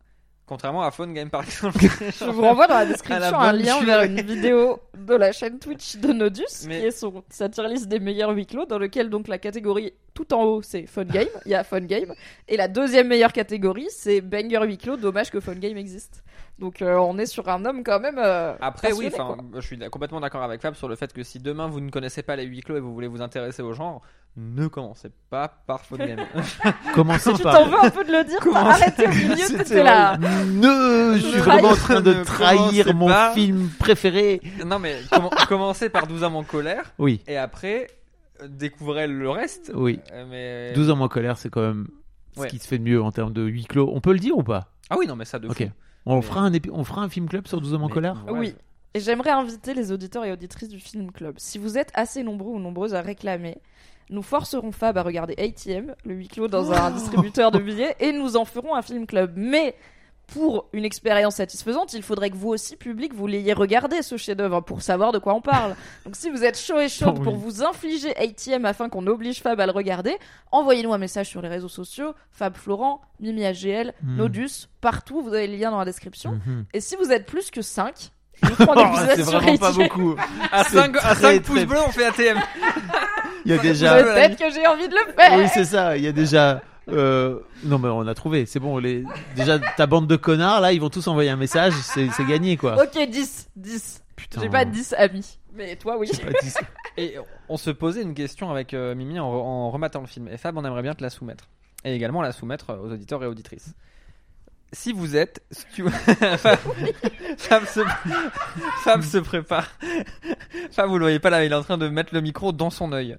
Contrairement à Phone Game par exemple.
Je vous renvoie dans la
À la
description
bonne
un lien
durée.
vers une vidéo de la chaîne Twitch de Nodus,
Mais-
qui est son, sa tier list des meilleurs huis clos, dans lequel donc la catégorie tout en haut c'est Fun Game, il y a Fun Game, et la deuxième meilleure catégorie c'est Banger huis clos, dommage que Fun Game existe. Donc euh, on est sur un homme quand même. euh,
Après, oui,
passionné,
enfin, je suis complètement d'accord avec Fab sur le fait que si demain vous ne connaissez pas les huis clos et vous voulez vous intéresser au genre, ne commencez pas par Phone Game.
Commençons
quoi. Tu t'en
par.
veux un peu de le dire, t'as arrêté au milieu,
C'était
t'étais là.
Ne, je suis
Ne
vraiment en train de
ne
trahir
commencez
mon
pas.
film préféré.
non, mais com- commencez par 12 hommes en colère
Oui,
et après euh, découvrez le reste.
oui.
Euh, Mais...
12 hommes en colère, c'est quand même ce
Ouais.
qui se fait de mieux en termes de huis clos. On peut le dire ou pas
Ah oui, non, mais ça de fou.
Ok. On
Mais-
fera un épi- on fera un film club sur 12 hommes en
Mais-
colère.
Ouais.
Oui. Et j'aimerais inviter les auditeurs et auditrices du Film Club. Si vous êtes assez nombreux ou nombreuses à réclamer Nous forcerons Fab à regarder ATM, le huis clos dans un distributeur de billets, et nous en ferons un film club. Mais pour une expérience satisfaisante, il faudrait que vous aussi, public, vous l'ayez regardé ce chef-d'œuvre pour savoir de quoi on parle. Donc si vous êtes chaud et chaude
Oh oui.
pour vous infliger ATM afin qu'on oblige Fab à le regarder, envoyez-nous un message sur les réseaux sociaux, Fab Florent, Mimi AGL,
Mm.
Nodus, partout, vous avez le lien dans la description.
Mhm.
Et si vous êtes plus que 5, je vous prends des
Oh,
épisodes
c'est
sur
vraiment pas
ATM.
beaucoup.
À
C'est
5, à
très,
cinq
très-
pouces bleus, on fait ATM.
Il y a déjà.
Peut-être que j'ai envie de le faire.
Oui, c'est ça. Il y a déjà. euh, Non, mais on a trouvé. C'est bon. Les... Déjà, ta bande de connards, là, ils vont tous envoyer un message. C'est c'est gagné, quoi.
Ok, 10, 10.
Putain.
J'ai pas 10 amis. Mais toi, oui.
Pas dix.
Et on se posait une question avec euh, Mimi en, re- en rematant le film. Et Fab, on aimerait bien te la soumettre. Et également la soumettre euh, aux auditeurs et auditrices. Si vous êtes. stu- Fab, Fab se... Fab se prépare. Fab, vous le voyez pas là, il est en train de mettre le micro dans son œil.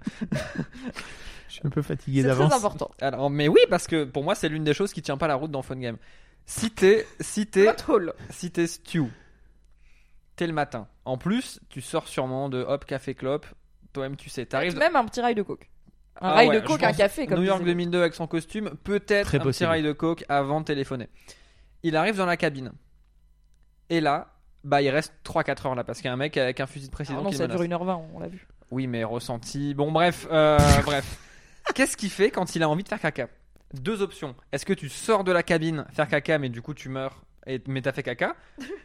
Je suis un peu fatigué
C'est très
d'avance.
important.
Alors, mais oui, parce que pour moi, c'est l'une des choses qui tient pas la route dans Fun Game. Si t'es. Si t'es.
Plot hole.
Si t'es stew, t'es le matin. En plus, tu sors sûrement de hop, café, clope. Toi-même, tu sais. T'arrives
Même un petit rail de coke. Un
Ah
rail
ouais,
de
je
coke, un
pense
café. Comme
New York
disait.
2002 avec son costume, peut-être
Très
un petit
possible.
rail de coke avant de téléphoner. Il arrive dans la cabine. Et là, bah il reste 3-4 heures là parce qu'il y a un mec avec un fusil de
Ah
précision
non,
qui le
ça dure
menace.
1h20, on l'a vu.
Oui, mais ressenti. Bon bref, euh, bref. Qu'est-ce qu'il fait quand il a envie de faire caca Deux options. Est-ce que tu sors de la cabine faire caca mais du coup tu meurs et mais t'as fait caca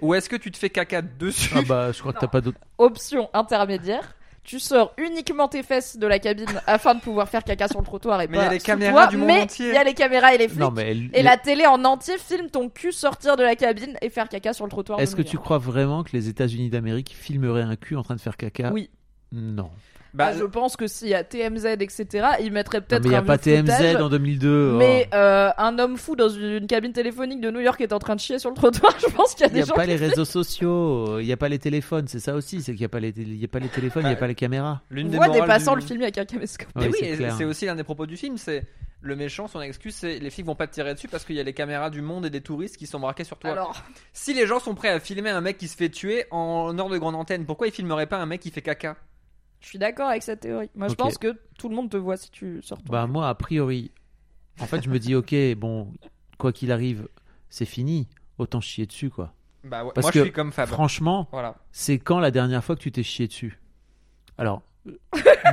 ou est-ce que tu te fais caca dessus
Ah bah, je crois que t'as pas d'autre.
Option intermédiaire. Tu sors uniquement tes fesses de la cabine afin de pouvoir faire caca sur le trottoir et
Mais
pas
il y a les
bah, sous
caméras
toi,
du monde
mais
entier.
Il y a les caméras et les flics.
Non, mais. elle-
Et la télé en entier filme ton cul sortir de la cabine et faire caca sur le trottoir. de
Est-ce que
New
tu
York.
crois vraiment que les États-Unis d'Amérique filmeraient un cul en train de faire caca
Oui.
Non.
Bah,
Ah, je pense que s'il y a TMZ, etc., ils mettraient
Non,
peut-être
mais il n'y a
un
pas
vieux
TMZ
footage.
en 2002.
Mais
oh.
euh, un homme fou dans une, une cabine téléphonique de New York est en train de chier sur le trottoir. Je pense qu'il y a
Il n'y
des
a
gens.
pas
qui-
les réseaux sociaux, il n'y a pas les téléphones, c'est ça aussi, c'est qu'il n'y a, pas les tél- il y a pas les téléphones, il n'y a
Bah,
pas les caméras.
l'une
On
des
voit des
morales
passants
du-
le filmer avec un caméscope.
Mais
Ouais,
oui,
c'est
et
clair.
c'est aussi l'un des propos du film, c'est le méchant, son excuse, c'est les flics vont pas te tirer dessus parce qu'il y a les caméras du monde et des touristes qui sont braqués sur toi.
Alors,
Si les gens sont prêts à filmer un mec qui se fait tuer en heure de grande antenne, pourquoi ils filmeraient pas un mec qui fait caca
je suis d'accord avec cette théorie. Moi, je
Ok.
pense que tout le monde te voit si tu sors. ton
Bah
cul.
moi, a priori, en fait, je me dis, ok, bon, quoi qu'il arrive, c'est fini, autant chier dessus, quoi.
Bah ouais,
Parce
moi
que,
je suis comme Fab.
Franchement,
Voilà.
c'est quand la dernière fois que tu t'es chié dessus Alors, euh,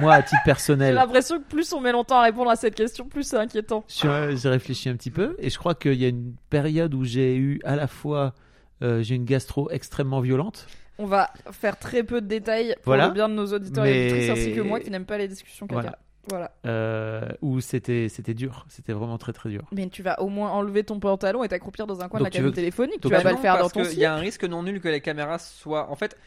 moi, à titre
J'ai
personnel,
l'impression que plus on met longtemps à répondre à cette question, plus c'est inquiétant.
je suis-
Ah.
euh, j'ai réfléchi un petit peu, et je crois qu'il y a une période où j'ai eu à la fois, euh, j'ai une gastro extrêmement violente,
On va faire très peu de détails pour
Voilà.
le bien de nos auditeurs et
Mais-
auditrices, ainsi que moi qui n'aime pas les discussions caca. Voilà.
Voilà. euh, où c'était c'était dur, c'était vraiment très très dur.
Mais tu vas au moins enlever ton pantalon et t'accroupir dans un coin de
Donc
la
tu
cabine
veux-
téléphonique.
Donc
tu vas
Bah
pas
non,
le faire dans
parce
ton
qu'il y
slip.
a un risque non nul que les caméras soient. En fait,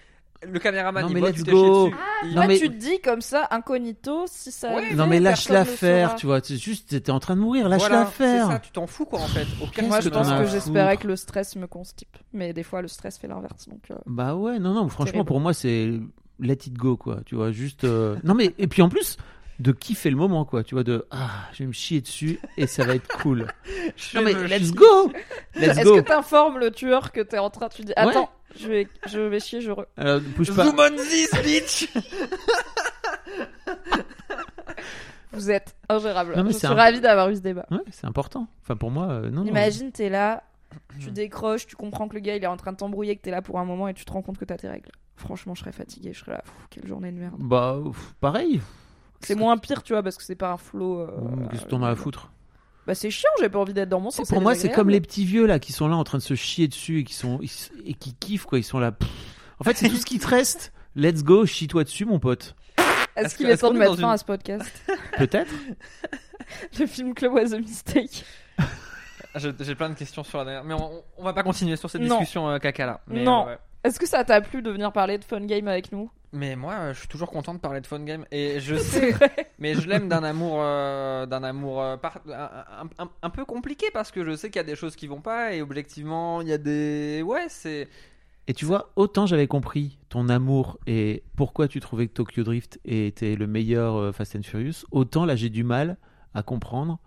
le caméraman
Non,
il
mais
voit,
let's
tu t'es
go.
chié dessus. Il-
Non,
Là,
mais-
tu te dis comme ça, incognito, si ça. arrivait,
Non mais lâche
personne ne
l'affaire,
saura.
tu vois, c'est juste t'étais en train de mourir, lâche
Voilà,
l'affaire.
C'est ça, tu t'en fous quoi en fait. Au pire,
Qu'est-ce
Moi,
tu
je
que t'en
t'en
pense
as à
que
fous.
foutre
j'espérais que le stress me constipe. Mais des fois, le stress fait l'inverse. Donc, euh,
Bah ouais, non non, franchement
Terrible.
pour moi c'est let it go quoi, tu vois, juste euh, Non mais et puis en plus de kiffer le moment quoi, tu vois de ah, je vais me chier dessus et ça va être cool.
Je
non mais
me
let's
chie.
go. Let's
Est-ce
go.
que t'informes le tueur que t'es en train Tu dis, attends,
Ouais.
je, vais, je vais chier, je re.
Alors bouge pas.
Zoom on this bitch
Vous êtes ingérable.
Non, mais
je suis
c'est un-
ravie d'avoir eu ce débat.
Ouais, c'est important. Enfin pour moi euh, non. non.
Imagine, t'es là, tu décroches, tu comprends que le gars il est en train de t'embrouiller, que t'es là pour un moment et tu te rends compte que t'as tes règles. Franchement, je serais fatiguée, je serais là, Pff, quelle journée de merde.
Bah pff, pareil.
C'est moins pire, tu vois, parce que c'est pas un flow. euh,
Mm, Qu'est-ce que t'en as à foutre
Bah, c'est chiant, j'ai pas envie d'être dans mon sens.
Pour moi, c'est
désagréable.
comme les petits vieux là qui sont là en train de se chier dessus et qui sont ils- et qui kiffent quoi. Ils sont là. pff. En fait, c'est tout ce qui te reste. Let's go, chie-toi dessus, mon pote.
Est-ce
Est-ce
qu'il
que-
est
est-ce
temps de
qu'on est
mettre
dans
fin
une-
à ce podcast
Peut-être.
Le film Club was a mistake.
Je- J'ai plein de questions sur la dernière. Mais on, on va pas continuer sur cette
Non.
discussion euh, caca là. Mais,
Non.
euh, ouais.
Est-ce que ça t'a plu de venir parler de Fun Game avec nous
Mais moi, euh, je suis toujours content de parler de Fun Game et je
C'est
sais,
vrai.
mais je l'aime d'un amour, euh, d'un amour euh, par- un, un- un peu compliqué parce que je sais qu'il y a des choses qui vont pas et objectivement, il y a des, ouais, c'est.
Et tu vois, autant j'avais compris ton amour et pourquoi tu trouvais que Tokyo Drift était le meilleur euh, Fast and Furious, autant là j'ai du mal à comprendre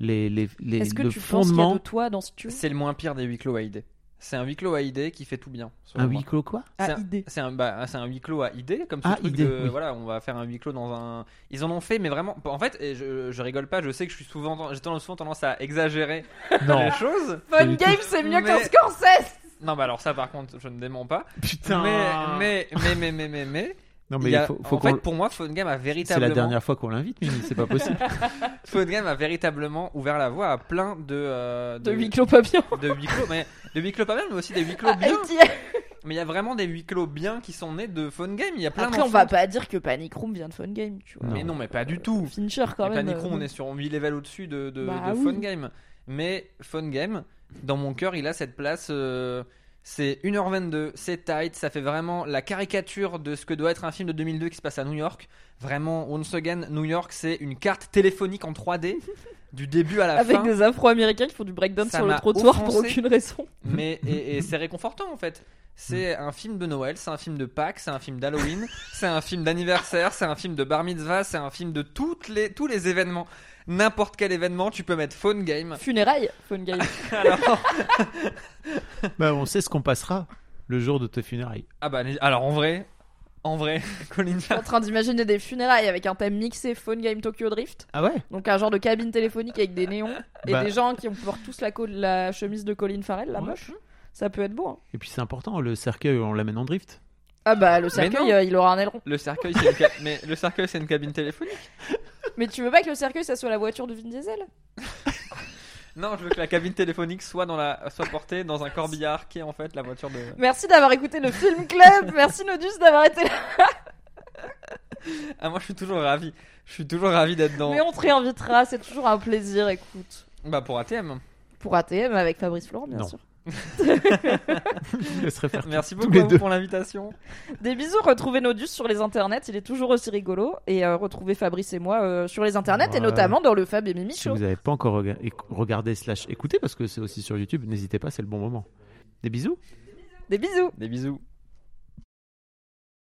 les les, les
Est-ce que
le
tu penses qu'il y a
fondement.
de toi dans ce tube
C'est le moins pire des huis clos à idée. C'est un huis clos à idée qui fait tout bien. selon
Un
moi.
huis clos Ah quoi
C'est
À
un-
Ah, idée.
C'est un, bah, c'est un huis clos à idée, comme ce
Ah,
truc
idée,
de,
oui.
voilà, on va faire un huis clos dans un. Ils en ont fait, mais vraiment, en fait, et je, je rigole pas, je sais que je suis souvent, j'ai tendance- souvent tendance à exagérer les choses.
Fun Game, c'est mieux
Mais-
qu'un Scorsese
Non, bah alors ça, par contre, je ne dément pas.
Putain.
Mais, mais, mais, mais, mais, mais, mais,
non
il
mais
y a-
il faut, faut
en
qu'on.
fait, pour moi, Phone Game a
C'est
véritablement,
la dernière fois qu'on l'invite, mais c'est pas possible.
Phone Game a véritablement ouvert la voie à plein de, euh,
De huis clos papillon.
de huis clos, mais de huis clos pas mal, mais aussi des huis clos
Ah,
bien.
ATL.
Mais il y a vraiment des huis clos bien qui sont nés de Phone Game. Il y a plein
Après, on
d'enfants.
va pas dire que Panic Room vient de Fun Game, tu vois.
Mais non, mais pas du tout.
Fincher quand
Et
même.
Panic Room,
euh,
on est sur 8 levels au-dessus de, de,
Bah
de
oui.
Fun Game. Mais Fun Game, dans mon cœur, il a cette place. euh, c'est 1h22, c'est tight, ça fait vraiment la caricature de ce que doit être un film de 2002 qui se passe à New York. Vraiment, once again, New York, c'est une carte téléphonique en 3D du début à la
Avec
fin.
des afro-américains qui font du breakdown
Ça
sur le
m'a
trottoir pour
offensé.
aucune raison.
Mais et, et c'est réconfortant en fait. C'est un film de Noël, c'est un film de Pâques, c'est un film d'Halloween, c'est un film d'anniversaire, c'est un film de bar mitzvah, c'est un film de toutes les, tous les événements. N'importe quel événement, tu peux mettre Phone Game.
Funérailles, Fun Game.
Alors,
bah, on sait ce qu'on passera le jour de tes funérailles.
ah bah, alors en vrai, en vrai, Colin
Je suis en train d'imaginer des funérailles avec un thème mixé Phone Game Tokyo Drift.
Ah ouais
Donc un genre de cabine téléphonique avec des néons et
Bah.
des gens qui ont portent tous la, co- la chemise de Colin Farrell, la
Ouais.
moche. Ça peut être beau. hein.
Et puis c'est important, le cercueil, on l'amène en drift.
Ah bah le
non.
cercueil, euh, il aura un aileron.
Le cercueil, c'est une, ca- mais le cercueil, c'est une cabine téléphonique.
Mais tu veux pas que le cercueil ça soit la voiture de Vin Diesel
Non, je veux que la cabine téléphonique soit dans la, soit portée dans un corbillard qui est en fait la voiture de.
Merci d'avoir écouté le film club. Merci Nodus d'avoir été là.
Ah moi, je suis toujours ravi. Je suis toujours ravi d'être dans.
Mais on te réinvitera. C'est toujours un plaisir. Écoute.
Bah pour ATM.
Pour ATM avec Fabrice Florent, bien
Non.
sûr.
Je laisserai faire.
Merci
les
beaucoup à vous
deux.
pour l'invitation.
Des bisous, retrouvez Nodus sur les internets, il est toujours aussi rigolo. Et euh, retrouvez Fabrice et moi euh, sur les internets, et
Ouais.
notamment dans le Fab et Mimi
Si
Show.
vous n'avez pas encore rega- éc- regardé slash écouté, parce que c'est aussi sur YouTube, n'hésitez pas, c'est le bon moment. Des bisous
Des bisous
Des bisous.